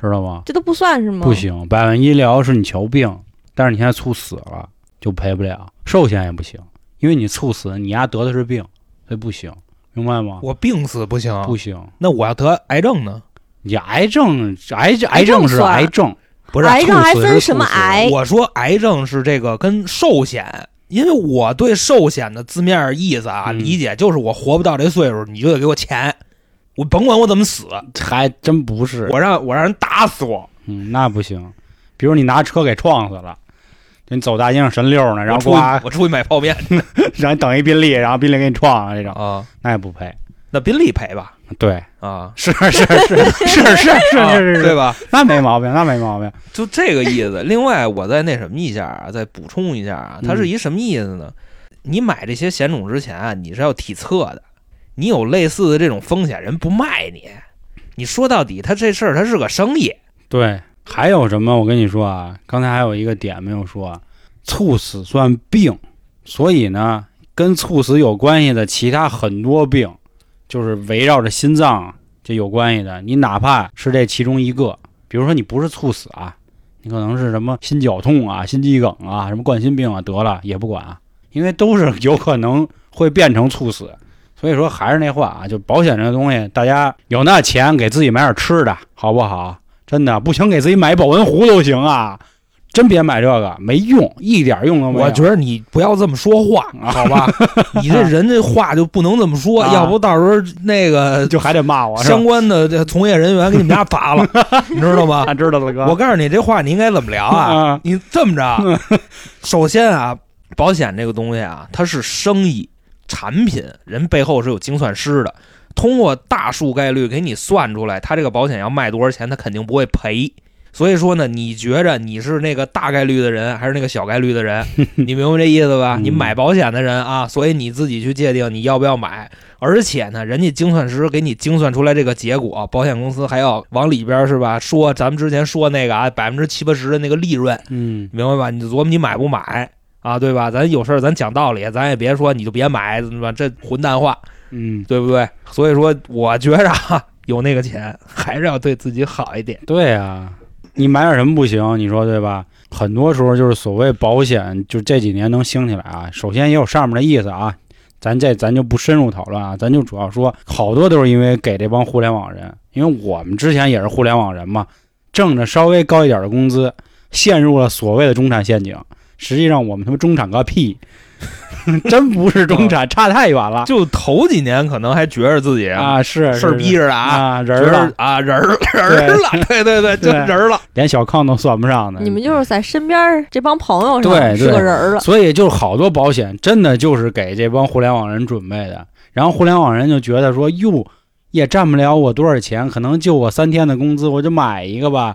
知道吗？
这都不算
嗯
是吗？
不，行，百万医疗是你瞧病，但是你现在猝死了就赔不了，寿险也不行，因为你猝死，你丫得的是病，所以不行，明白吗？
我病死不行，
不行，
那我要得癌症呢？
你癌症，癌症，癌症是
算
癌症，
不是，
癌症
猝死
还
是
分什么
猝死
癌？
我说癌症是这个跟寿险，因为我对寿险的字面意思啊、
嗯
理解就是我活不到这岁数，你就得给我钱，我甭管我怎么死，
还真不是。
我让我让人打死我，
嗯，那不行。比如你拿车给撞死了，你走大街上神溜呢，然后
我出去
呱，
我出去买泡面
然后等一宾利，然后宾利给你撞了这种，
啊，
那也不赔。
那宾利赔吧
对，
啊，
是是是 是是是
啊
是
对
是，
吧？
那没毛病，那没毛病。
就这个意思。另外，我再那什么一下啊，再补充一下啊，它
嗯
是一什么意思呢？你买这些险种之前啊，你是要体测的，你有类似的这种风险，人不卖你。你说到底，他这事儿他是个生意，
对，还有什么？我跟你说啊，刚才还有一个点没有说，猝死算病，所以呢，跟猝死有关系的其他很多病，就是围绕着心脏这有关系的。你哪怕是这其中一个，比如说你不是猝死啊，你可能是什么心绞痛啊、心肌梗啊、什么冠心病啊得了也不管啊，因为都是有可能会变成猝死。所以说还是那话啊，就保险这个东西，大家有那钱给自己买点吃的，好不好？真的不行，给自己买一保温壶都行啊！真别买这个，没用，一点用哦都没有。
我觉得你不要这么说话，好吧？你这人这话就不能这么说，
啊
要不到时候那个
就还得骂我是吧
相？关的这从业人员给你们家砸 了，你知道吗
啊，？知道了哥，
我告诉你，这话你应该怎么聊啊？
啊，
你这么着啊，首先啊，保险这个东西啊，它是生意产品，人背后是有精算师的，通过大数概率给你算出来，他这个保险要卖多少钱，他肯定不会赔。所以说呢，你觉着你是那个大概率的人，还是那个小概率的人？你明白这意思吧？
嗯
你买保险的人啊，所以你自己去界定你要不要买。而且呢，人家精算师给你精算出来这个结果，保险公司还要往里边儿是吧？说咱们之前说那个啊，百分之七八十的那个利润，
嗯，
明白吧？你琢磨你买不买啊，对吧？咱有事儿咱讲道理，咱也别说你就别买，怎么着这混蛋话，
嗯，
对不对？所以说，我觉着啊，有那个钱还是要对自己好一点。
对啊，你买点什么不行？你说对吧？很多时候就是所谓保险，就这几年能兴起来啊。首先也有上面的意思啊，咱这咱就不深入讨论啊，咱就主要说，好多都是因为给这帮互联网人，因为我们之前也是互联网人嘛，挣着稍微高一点的工资，陷入了所谓的中产陷阱。实际上我们他妈中产个屁， 真不是中产，差太远了
就头几年可能还觉着自己
啊！是
事儿
是
逼着的啊，
啊，人
觉
儿
着
了，
啊人儿人儿了，对对对，就
对
人儿了。
连小康都算不上的。
你们就是在身边儿这帮朋友上
对
是个
对
人
嗯
儿了，
所以就是好多保险真的就是给这帮互联网人准备的，然后互联网人就觉得说，哟，也占不了我多少钱，可能就我三天的工资，我就买一个吧，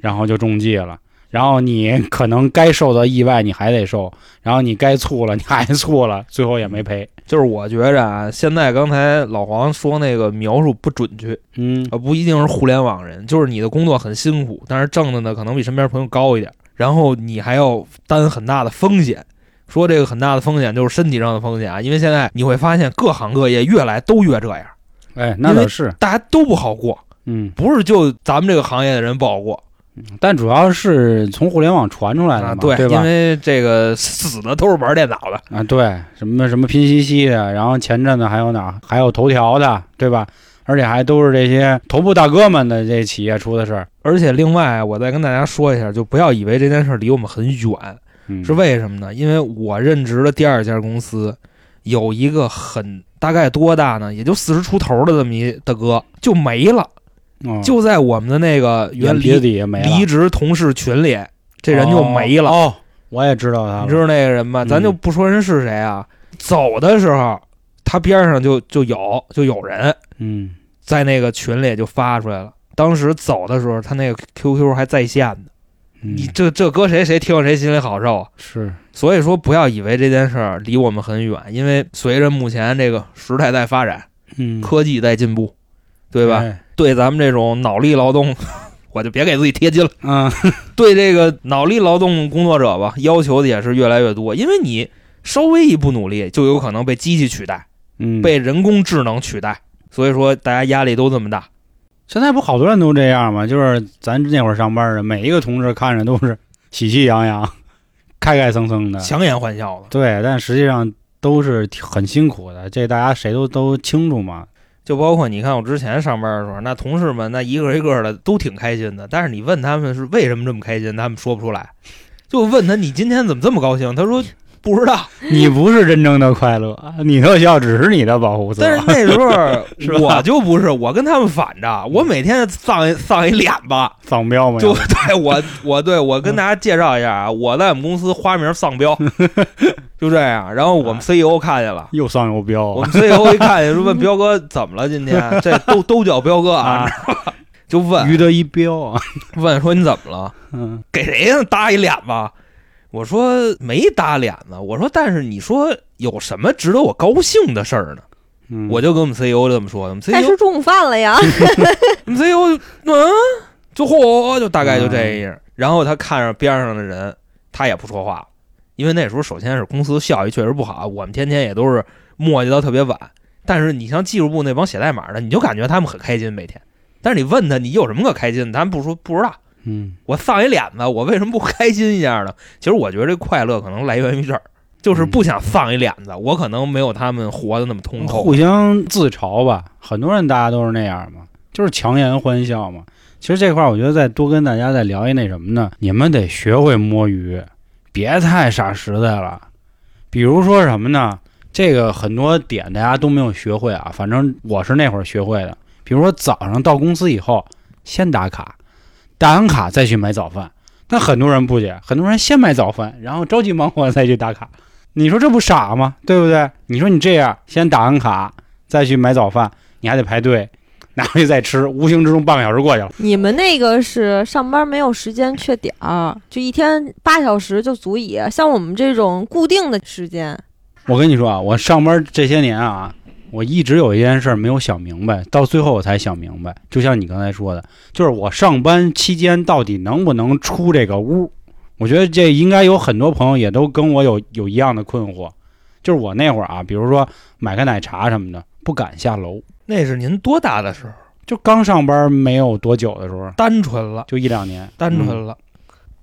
然后就中计了。然后你可能该受的意外你还得受，然后你该猝了你还猝了，最后也没赔。
就是我觉着啊，现在刚才老黄说那个描述不准确
嗯
啊，不一定是互联网人，就是你的工作很辛苦，但是挣的呢可能比身边朋友高一点，然后你还要担很大的风险。说这个很大的风险就是身体上的风险啊，因为现在你会发现各行各业越来都越这样，
哎，那
因为
倒是，
大家都不好过，
嗯，
不是就咱们这个行业的人不好过
但主要是从互联网传出来的
啊，
嘛，
对，因
吧？
为这个死的都是玩电脑的，
啊，对，什么什么拼夕夕的，然后前阵子还有哪儿，还有头条的，对吧？而且还都是这些头部大哥们的这企业出的事儿，
而且另外，我再跟大家说一下，就不要以为这件事儿离我们很远，
嗯，
是为什么呢？因为我任职的第二家公司有一个很大概多大呢，也就四十出头的这么一大哥就没了，
嗯
就在我们的那个原
眼皮子
离
底下没了，
离职同事群里，这人就没了。
哦，哦我也知道他了，
你知道那个人吗？
嗯
咱就不说人是谁啊，走的时候他边上就就有就有人
嗯，
在那个群里就发出来了。当时走的时候，他那个 QQ 还在线呢。
嗯
你这这搁谁谁听了谁心里好受啊。
是
所以说，不要以为这件事儿离我们很远，因为随着目前这个时代在发展，
嗯，
科技在进步，对吧？
哎？
对咱们这种脑力劳动， 我就别给自己贴金了。
嗯，
对这个脑力劳动工作者吧，要求的也是越来越多，因为你稍微一不努力，就有可能被机器取代，
嗯，
被人工智能取代。所以说，大家压力都这么大。
现在不好多人都这样吗？就是咱那会儿上班的，每一个同志看着都是喜气洋洋、开开森森的，
强颜欢笑的，
对，但实际上都是挺很辛苦的，这大家谁都都清楚嘛。
就包括你看我之前上班的时候，那同事们那一个一个的都挺开心的，但是你问他们是为什么这么开心，他们说不出来。就问他你今天怎么这么高兴，他说不知道。
你不是真正的快 乐，你特效只是你的保护色。
但是那时
是
候
吧
我就不是，我跟他们反着，我每天丧一丧一脸吧。
丧彪嘛，
就对我我对我
嗯
跟大家介绍一下啊，我在我们公司花名 丧彪，就这样。然后我
哎
们 CEO 看见了。
又丧又啊彪
我，们 CEO 一看， 就问彪哥怎么了？今天这都都叫彪哥啊，
啊
你知道吧就 问
于德一彪啊，
问说你怎么了？
嗯
给谁呀？搭一脸吧？我说没搭脸呢。我说但是你说有什么值得我高兴的事儿呢？
嗯，
我就跟我们 CEO 这么说，我们
该
CEO
吃中午饭了呀。
我们 CEO 嗯，就嚯，就大概就这样。然后他看着边上的人，他也不说话了，因为那时候首先是公司效益确实不好，我们天天也都是磨叽到特别晚。但是你像技术部那帮写代码的，你就感觉他们很开心每天。但是你问他，你有什么可开心的？他们不说不知道。
嗯
我丧一脸子，我为什么不开心一下呢？其实我觉得这快乐可能来源于这儿，就是不想丧一脸子，我可能没有他们活的那么通透
互。相自嘲吧，很多人大家都是那样嘛，就是强颜欢笑嘛。其实这块儿，我觉得再多跟大家再聊一那什么呢？你们得学会摸鱼，别太傻实在了。比如说什么呢？这个很多点大家都没有学会啊，反正我是那会儿学会的。比如说早上到公司以后，先打卡，打完卡再去买早饭。但很多人不解，很多人先买早饭，然后着急忙慌再去打卡。你说这不傻吗？对不对？你说你这样先打完卡，再去买早饭，你还得排队，拿回去再吃，无形之中半个小时过去了。
你们那个是上班没有时间确点儿，就一天八小时就足以。像我们这种固定的时间，
我跟你说啊，我上班这些年啊，我一直有一件事儿没有想明白，到最后我才想明白。就像你刚才说的，就是我上班期间到底能不能出这个屋？我觉得这应该有很多朋友也都跟我有有一样的困惑，就是我那会儿啊，比如说买个奶茶什么的，不敢下楼，
那是您多大的时候？
就刚上班没有多久的时候，
单纯了，
就一两年，
单
嗯
纯了。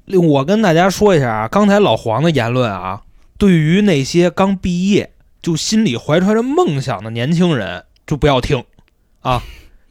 另我跟大家说一下啊，刚才老黄的言论啊，对于那些刚毕业就心里怀揣着梦想的年轻人，就不要听啊，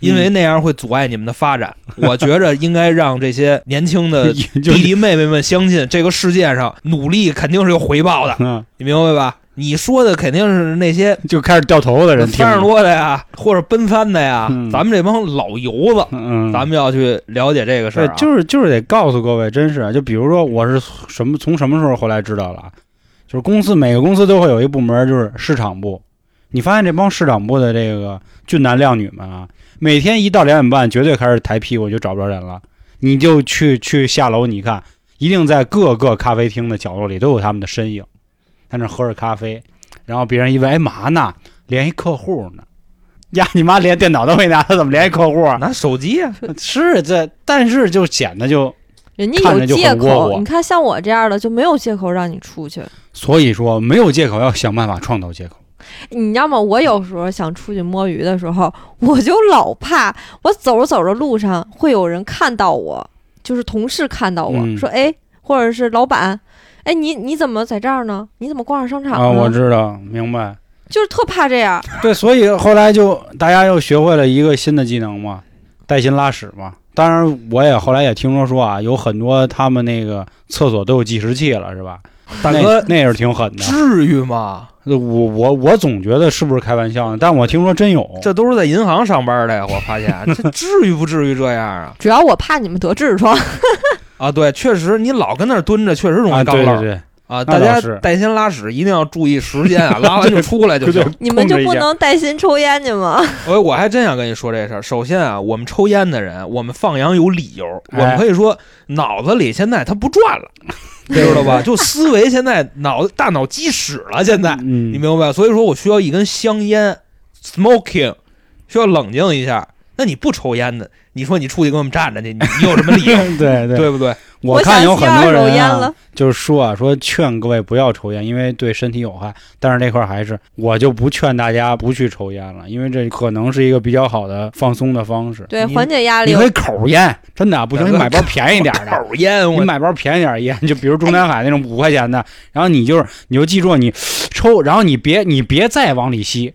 因为那样会阻碍你们的发展。我觉着应该让这些年轻 的
就
弟弟妹妹们相信这个世界上努力肯定是有回报 的，
嗯，
你明白吧？你说的肯定是那些
就开始掉头发的人听
三十多的呀，或者奔三的呀，
嗯
咱们这帮老油子，
嗯，嗯
咱们要去了解这个事儿、
对
啊，
就是就是得告诉各位，真是就比如说我是什么从什么时候回来知道了啊，就是公司每个公司都会有一部门就是市场部，你发现这帮市场部的这个俊男靓女们啊，每天一到两点半绝对开始抬屁股就找不着人了，你就去去下楼你看。一定在各个咖啡厅的角落里都有他们的身影，在那喝着咖啡，然后别人一问，哎嘛呢？联系客户呢？呀，你妈连电脑都没拿，他怎么联系客户啊？
拿手机啊，
是这，但是就显得就，
人家
看
有
着就
借
很窝
口，
火
你看像我这样的就没有借口让你出去。
所以说没有借口，要想办法创造借口。
你知道吗？我有时候想出去摸鱼的时候，我就老怕我走着走着路上会有人看到我，就是同事看到我、
嗯
说：“哎，或者是老板，哎，你你怎么在这儿呢？你怎么逛上商场呢？”
啊，我知道，明白。
就是特怕 这样。
对，所以后来就大家又学会了一个新的技能嘛，带薪拉屎嘛。当然，我也后来也听说说啊，有很多他们那个厕所都有计时器了，是吧？
大
那
哥，
那也是挺狠的。
至于吗？
我我我总觉得是不是开玩笑呢？但我听说真有。
这都是在银行上班的呀，我发 现这至于不至于这样啊？
主要我怕你们得痔疮，
啊，对，确实你老跟那儿蹲着，确实容
啊，
易高
对
冷
对对，
啊。
那
大
倒
家
是
带薪拉屎一定要注意时间 啊，拉完就出来就行。
你们就不
控制一下
能带薪抽烟去吗？
我我还真想跟你说这事儿。首先啊，我们抽烟的人，我们放羊有理由，我
哎
们可以说脑子里现在它不转了，知道 吧？就思维现在脑大脑鸡屎了，现在
嗯，
你明白吧？所以说我需要一根香烟，smoking，需要冷静一下。那你不抽烟的，你说你出去跟我们站着去，你你有什么 理由？
对对，
对不对？
我
想
看有
吸
很
二
多
手
人
烟
啊
了，，
就是说啊，说劝各位不要抽烟，因为对身体有害。但是那块儿还是我就不劝大家不去抽烟了，因为这可能是一个比较好的放松的方式。
对，
你
缓解压力
你。可以口烟，真的 不行，
大
你
哥
买包便宜点儿的，
口烟，
你
我
买包便宜点儿的烟，就比如中南海那种五块钱的，然后你就是你就记住你抽，然后你别你别再往里吸，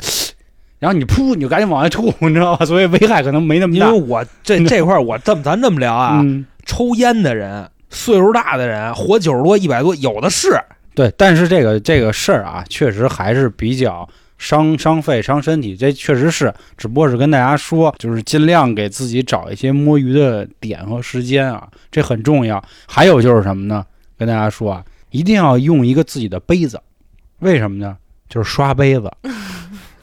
然后你噗你就赶紧往外吐，你知道吧？所以危害可能没那么
因
大
为。我这这块儿我这么咱这么聊啊，
嗯，
抽烟的人。岁数大的人活九十多、一百多，有的是，
对，但是这个这个事儿啊，确实还是比较伤伤肺、伤身体，这确实是。只不过是跟大家说，就是尽量给自己找一些摸鱼的点和时间啊，这很重要。还有就是什么呢？跟大家说啊，一定要用一个自己的杯子，为什么呢？就是刷杯子，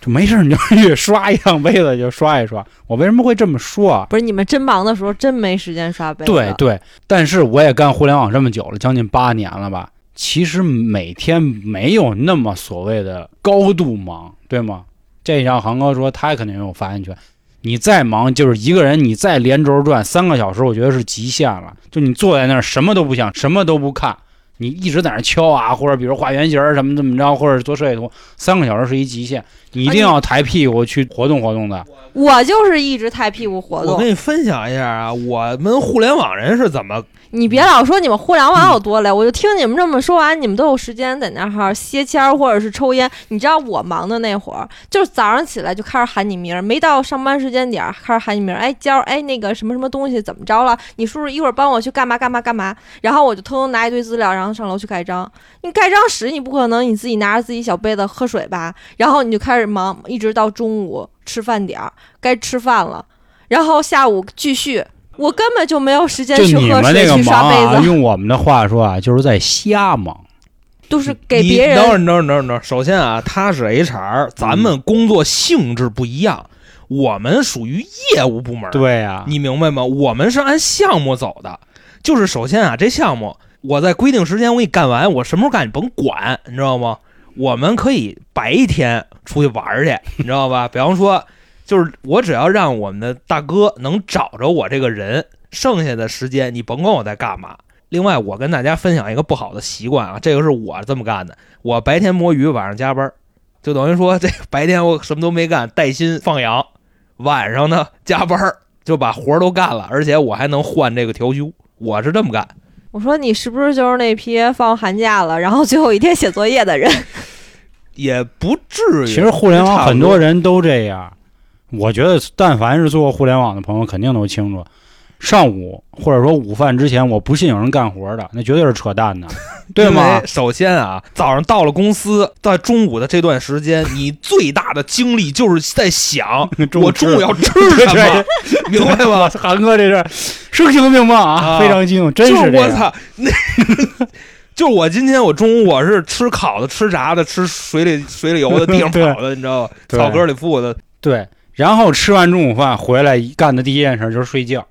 就没事儿你就去刷一趟杯子，就刷一刷。我为什么会这么说啊？
不是你们真忙的时候，真没时间刷杯子。
对对，但是我也干互联网这么久了，将近八年了吧。其实每天没有那么所谓的高度忙，对吗？这让航哥说，他肯定有发言权。你再忙，就是一个人，你再连轴转三个小时，我觉得是极限了。就你坐在那儿，什么都不想，什么都不看，你一直在那儿敲啊，或者比如画原型儿什么怎么着，或者是做设计图，三个小时是一极限。你一定要抬屁股去活动活动的。
我就是一直太屁股活
我
动
跟。你分享一下啊，我们互联网人是怎么
你别老说你们互联网有多累，我就听你们这么说完，你们都有时间在那哈歇签儿或者是抽烟。你知道我忙的那会儿，就是早上起来就开始喊你名儿，没到上班时间点儿开始喊你名儿，哎娇儿，哎那个什么什么东西怎么着了？你叔叔一会儿帮我去干嘛干嘛干嘛？然后我就偷偷拿一堆资料，然后上楼去盖章。你盖章时你不可能你自己拿着自己小杯子喝水吧？然后你就开始忙，一直到中午吃饭点儿，该吃饭了，然后下午继续。我根本就没有时间
就
去
你
喝
们
水、
那个
去刷
忙
杯
啊，
子，
用我们的话说啊，就是在瞎忙。
就是给
你
别
等会儿，
人。
你等会儿，你等会儿，你等会儿。首先啊，他是 HR，咱们
嗯
工作性质不一样，我们属于业务部门，
对啊呀、
你明白吗？我们是按项目走的，就是首先啊，这项目我在规定时间我给你干完，我什么时候干你甭管，你知道吗？我们可以白天出去玩儿去，你知道吧？比方说，就是我只要让我们的大哥能找着我这个人，剩下的时间你甭管我在干嘛。另外，我跟大家分享一个不好的习惯啊，这个是我这么干的，我白天摸鱼，晚上加班儿，就等于说这白天我什么都没干，带薪放羊，晚上呢加班儿就把活儿都干了，而且我还能换这个调休，我是这么干。
我说你是不是就是那批放寒假了，然后最后一天写作业的人？
也不至于。
其实互联网
差不多
很多人都这样，我觉得但凡是做过互联网的朋友，肯定都清楚。上午或者说午饭之前，我不信有人干活的，那绝对是扯淡的，对
因
吗
为？首先啊，早上到了公司，在中午的这段时 间，你最大的精力就是在想
午
我中午要吃
吃
什么， 明白吗？
韩哥这是声情并茂啊，
啊
非常激动，真
就是是
这
我
样。
操那。 就是我今天我中午我是吃烤的、吃炸的、吃水里水里游的、地 上跑的，你知道吧？
对
草根里附的，
对，然后吃完中午饭回来干的第一件事就是睡觉，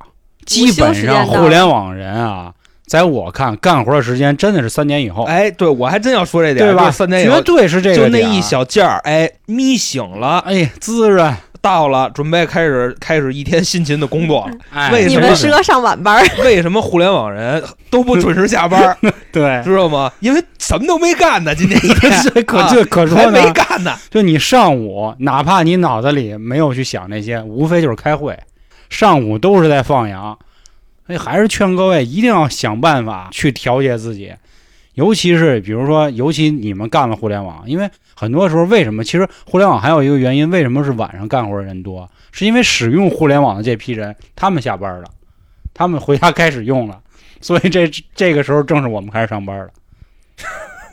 基本
午休时间
上
到了
互联网人啊。在我看，干活的时间真的是三年以后，
哎，对我还真要说这点，啊
对吧？
三年以后
绝对是这个
就那
点儿
一，小觉儿，哎，眯醒了，
哎，滋润，
到了，准备开始开始一天辛勤的工作了。
哎，
为
你
什么
们
是
适合上晚班儿，
为什么互联网人都不准时下班，
嗯对，
知道吗？因为什么都没干呢，今天一天
这可
啊
这可
还
说呢，
没干呢。？
就你上午，哪怕你脑子里没有去想那些，无非就是开会，上午都是在放羊。所以还是劝各位一定要想办法去调节自己，尤其是比如说，尤其你们干了互联网，因为很多时候为什么？其实互联网还有一个原因，为什么是晚上干活的人多？是因为使用互联网的这批人，他们下班了，他们回家开始用了，所以这这个时候正是我们开始上班了，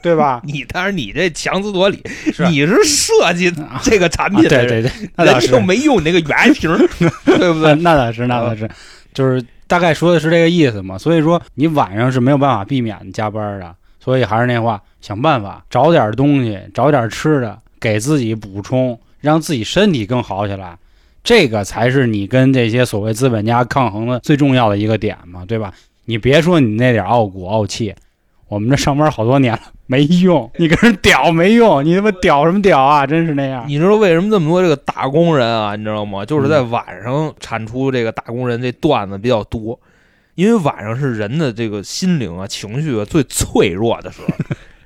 对吧
你当然你这强词夺理，
是
你是设计
啊，
这个产
对
品的
对
人，
对，那
人
倒
家
是
又没用你那个原 型儿，对不
那
对？
那倒是，那倒
嗯
是，就是大概说的是这个意思嘛。所以说你晚上是没有办法避免加班的，所以还是那话，想办法找点东西，找点吃的，给自己补充，让自己身体更好起来。这个才是你跟这些所谓资本家抗衡的最重要的一个点嘛，对吧？你别说你那点傲骨傲气，我们这上班好多年了没用，你跟人屌没用，你他妈屌什么屌啊？真是那样。
你知道为什么这么多这个打工人啊？你知道吗？就是
嗯
在晚上产出这个打工人这段子比较多，因为晚上是人的这个心灵啊、情绪啊最脆弱的时候，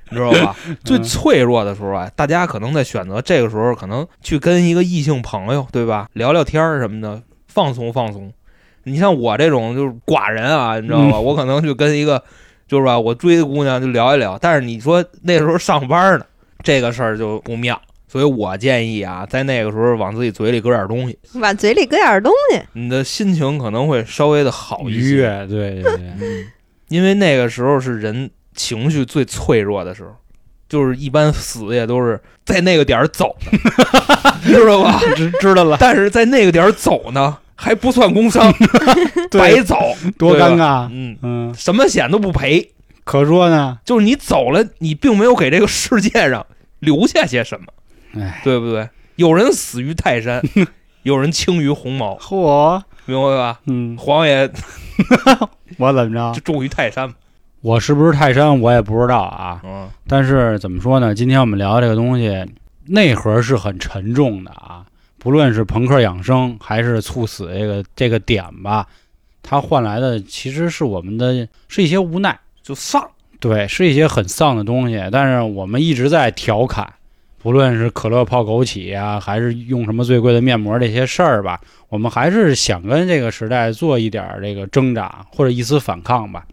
你知道吧？最脆弱的时候啊，大家可能在选择这个时候，可能去跟一个异性朋友，对吧？聊聊天儿什么的，放松放松。你像我这种就是寡人啊，你知道吧？我可能去跟一个就是吧，我追的姑娘就聊一聊。但是你说那时候上班呢，这个事儿就不妙。所以我建议啊，在那个时候往自己嘴里搁点东西，
往嘴里搁点儿东西，
你的心情可能会稍微的好一
愉
些。
悦，对对对。
嗯，因为那个时候是人情绪最脆弱的时候，就是一般死也都是在那个点 儿走的，你知道吧？
知 知道了，
但是在那个点儿走呢，还不算 工伤，白走，
多
对吧
尴尬。
嗯，
嗯，
什么险都不赔。
可说呢，
就是你走了，你并没有给这个世界上留下些什么
唉，
对不对？有人死于 泰山，有人轻于鸿毛，
嚯，
明白吧？
嗯，
黄爷
我怎么着
就？重于泰山嘛，
我是不是泰山，我也不知道啊。
嗯，
但是怎么说呢？今天我们聊这个东西，内核是很沉重的啊。不论是朋克养生，还是猝死这个这个点吧，它换来的其实是我们的是一些无奈，
就上，
对，是一些很丧的东西。但是我们一直在调侃，不论是可乐泡枸杞啊，还是用什么最贵的面膜这些事儿吧，我们还是想跟这个时代做一点儿这个挣扎或者一丝反抗吧。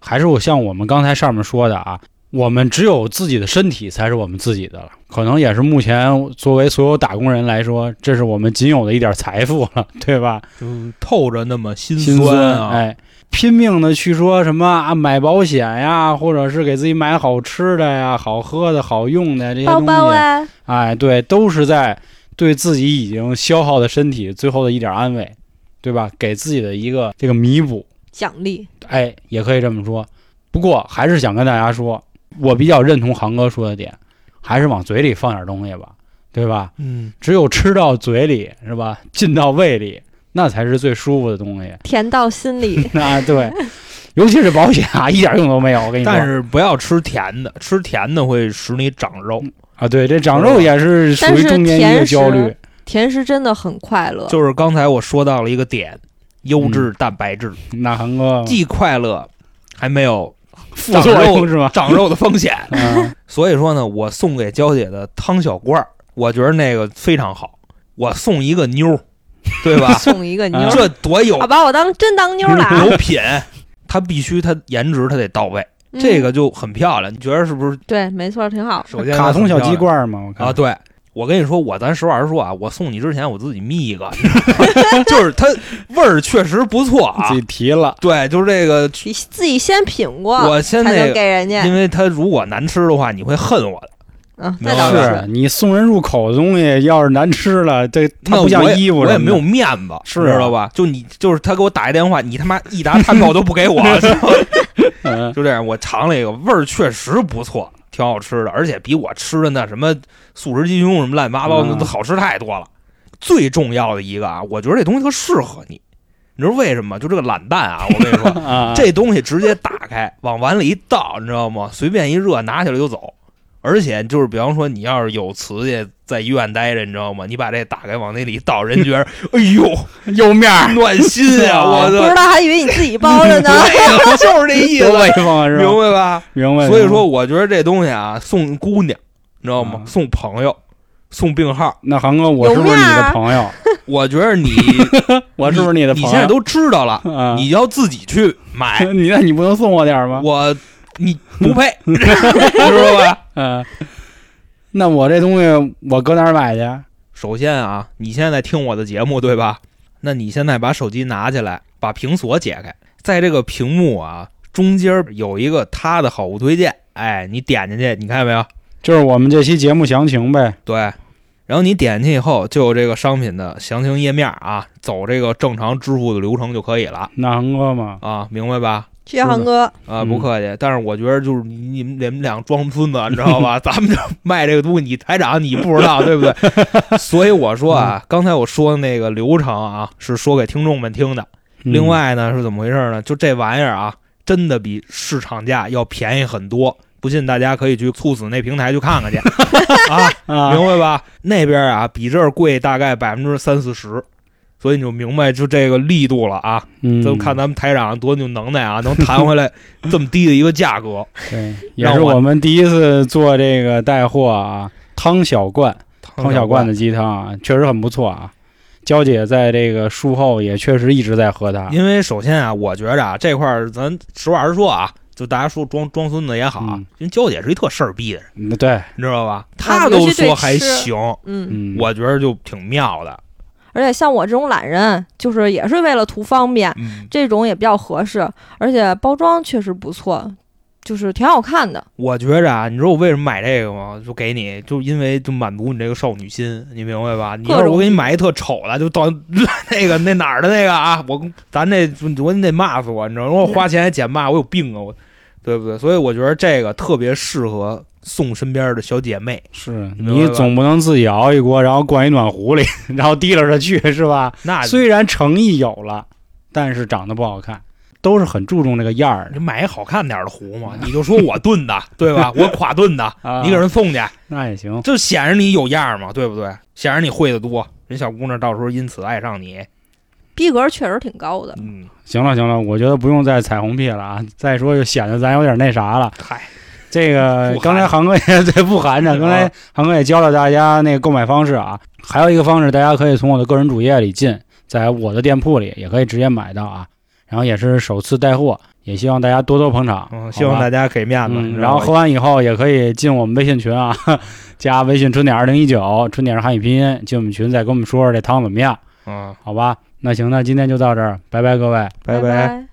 还是我像我们刚才上面说的啊，我们只有自己的身体才是我们自己的了，可能也是目前作为所有打工人来说，这是我们仅有的一点儿财富了，对吧？
就透着那么心
心酸
啊，
哎，拼命的去说什么啊买保险呀，或者是给自己买好吃的呀、好喝的、好用的这些东
包
西，
包啊，
哎，对，都是在对自己已经消耗的身体最后的一点安慰，对吧？给自己的一个这个弥补，
奖励。
哎，也可以这么说。不过还是想跟大家说，我比较认同航哥说的点，还是往嘴里放点东西吧，对吧？
嗯，
只有吃到嘴里是吧，进到胃里，那才是最舒服的东西。，
甜到心里
啊，对，尤其是保险啊，一点用都没有。我跟你说，
但是不要吃甜的，吃甜的会使你长肉，
啊，对，这长肉也是属
但
于
啊是
中年一个
甜食
焦虑。
甜食真的很快乐。
就是刚才我说到了一个点，优质蛋白质，
那韩哥
既快乐，还没有
嗯副
长
作
肉
用是 吧？
长肉的风险。
嗯，
所以说呢，我送给娇姐的汤小罐儿，我觉得那个非常好。我送一个妞儿，对吧？
送一个妞
啊
儿，
这多有
啊，把我当真当妞儿了啊。
有品，她必须她颜值她得到位，
嗯
这个就很漂亮。你觉得是不是？
对，没错，挺好。
首先
卡通小鸡
罐
罐儿嘛，我看
啊，对。我跟你说，我咱实话实说啊，我送你之前我自己觅 一个，你知道吗就是它味儿确实不错啊
自。己提了。
对，就是这个，
你自己先品过，
我先
才
那
能
个，
给人家
因。为它如果难吃的话，你会恨我的。
嗯，
没
那
有
倒
是
是。
你送人入口的东西，要是难吃了，这它
那
不像
我也
衣服
我也
什么
没
的
有面子，
是
你知
啊
道吧？就你就是他给我打一电话，你他妈一打 汉堡都不给我，是吧
嗯
就这样。我尝了一个，味儿确实不错，挺好吃的，而且比我吃的那什么素食鸡胸什么乱七八糟的
嗯
都好吃太多了。最重要的一个啊，我觉得这东西特适合你，你知道为什么吗？就这个懒蛋啊，我跟你说，
啊，
这东西直接打开，往碗里一倒，你知道吗？随便一热，拿起来就走。而且就是，比方说你要是有瓷去在医院待着，你知道吗？你把这打开往那里一倒，人觉得哎呦
有面儿，
暖心呀、我
不知
的，
道还以为你自 己包着呢。
哎呀，就是这 意
多威
思，
风啊，是吧？
明白吧？
明白。
所以说，，我觉得这东西啊，送姑娘，你知道吗？
啊
送朋友，送病号，
那航哥，我是不是你
有面
的
儿啊
朋友？
我觉得你
我是不是的朋
你
友？
现在都知道了，
啊，
你要自己去买，
你那你不能送我点儿吗？
我你不 配，知道吧？
嗯，那我这东西我搁哪儿买去？
首先啊，你现在在听我的节目对吧？那你现在把手机拿起来，把屏锁解开，在这个屏幕啊中间有一个他的好物推荐，哎，你点进去，你看见没有？
就是我们这期节目详情呗。
对，然后你点进去以后就有这个商品的详情页面啊，走这个正常支付的流程就可以了
那航哥嘛，
啊，明白吧？
谢谢航哥，
啊，
嗯
不客气，但是我觉得就是你你们你们俩装什么孙子，你知 道吧？咱们这卖这个东西，你台长你不知道对不对？ 所以我说
嗯
啊，刚才我说的那个流程啊，是说给听众们听的。
嗯
另外呢，是怎么回事呢？就这玩意儿啊，真的比市场价要便宜很多。不信大家可以去猝死那平台去看看去啊，
啊，
明白吧？那边啊比这儿贵大概百分之三四十，所以你就明白就这个力度了啊。
嗯，
咱们看咱们台长多有能耐啊，能谈回来这么低的一个价格。
对，也
让
是
我
我们第一次做这个带货啊，汤小罐，汤小罐的鸡汤啊，确实很不错啊。娇姐在这个术后也确实一直在喝它。
因为首先啊，我觉着啊这块儿咱实话实说啊，就大家说装装孙子也好啊，
嗯
因为娇姐是一特事儿逼的人，
嗯对，
你知道吧？
啊
她
尤
都
其对
说还
吃
行，
嗯，
嗯，
我觉着就挺妙的。
而且像我这种懒人，就是也是为了图方便，
嗯，
这种也比较合适，而且包装确实不错，就是挺好看的。
我觉着啊，你知道我为什么买这个吗？就给你，就因为就满足你这个少女心，你明白吧？你要是我给你买一特丑的，就到那个那哪儿的那个啊，我咱这我你得骂死我，你知道吗？我花钱还捡骂，我有病啊，我对不对？所以我觉得这个特别适合送身边的小姐妹，
是
你明
你
白吧
总不能自己熬一锅，然后灌一暖壶里， 然后提溜着去是吧？
那
虽然诚意有了，但是长得不好看，都是很注重这个样儿
你
的。
买一好看点儿的壶嘛，你就说我炖的， 对吧？我垮炖的，
啊、
你给人送去，
那也行，
就显着你有样儿嘛，对不对？显着你会的多，人小姑娘到时候因此爱上你。
逼格确实挺高的，
嗯，
行了行了，我觉得不用再彩虹屁了啊！再说就显得咱有点那啥了。
嗨，
这个
不含
刚才航哥也 对不含着，
嗯
刚才航哥也教了大家那个购买方式啊，还有一个方式，大家可以从我的个人主页里进，在我的店铺里也可以直接买到啊。然后也是首次带货，也希望大家多多捧场，
嗯，希望
好吧
大家给面子。
嗯，
你知
然
道
后
吧
喝完以后也可以进我们微信群啊， 加微信春点二零一九，春点是汉语拼音，进我们群再跟我们说说这汤怎么样，
嗯，
好吧？那行，那今天就到这儿，拜拜各位。
拜
拜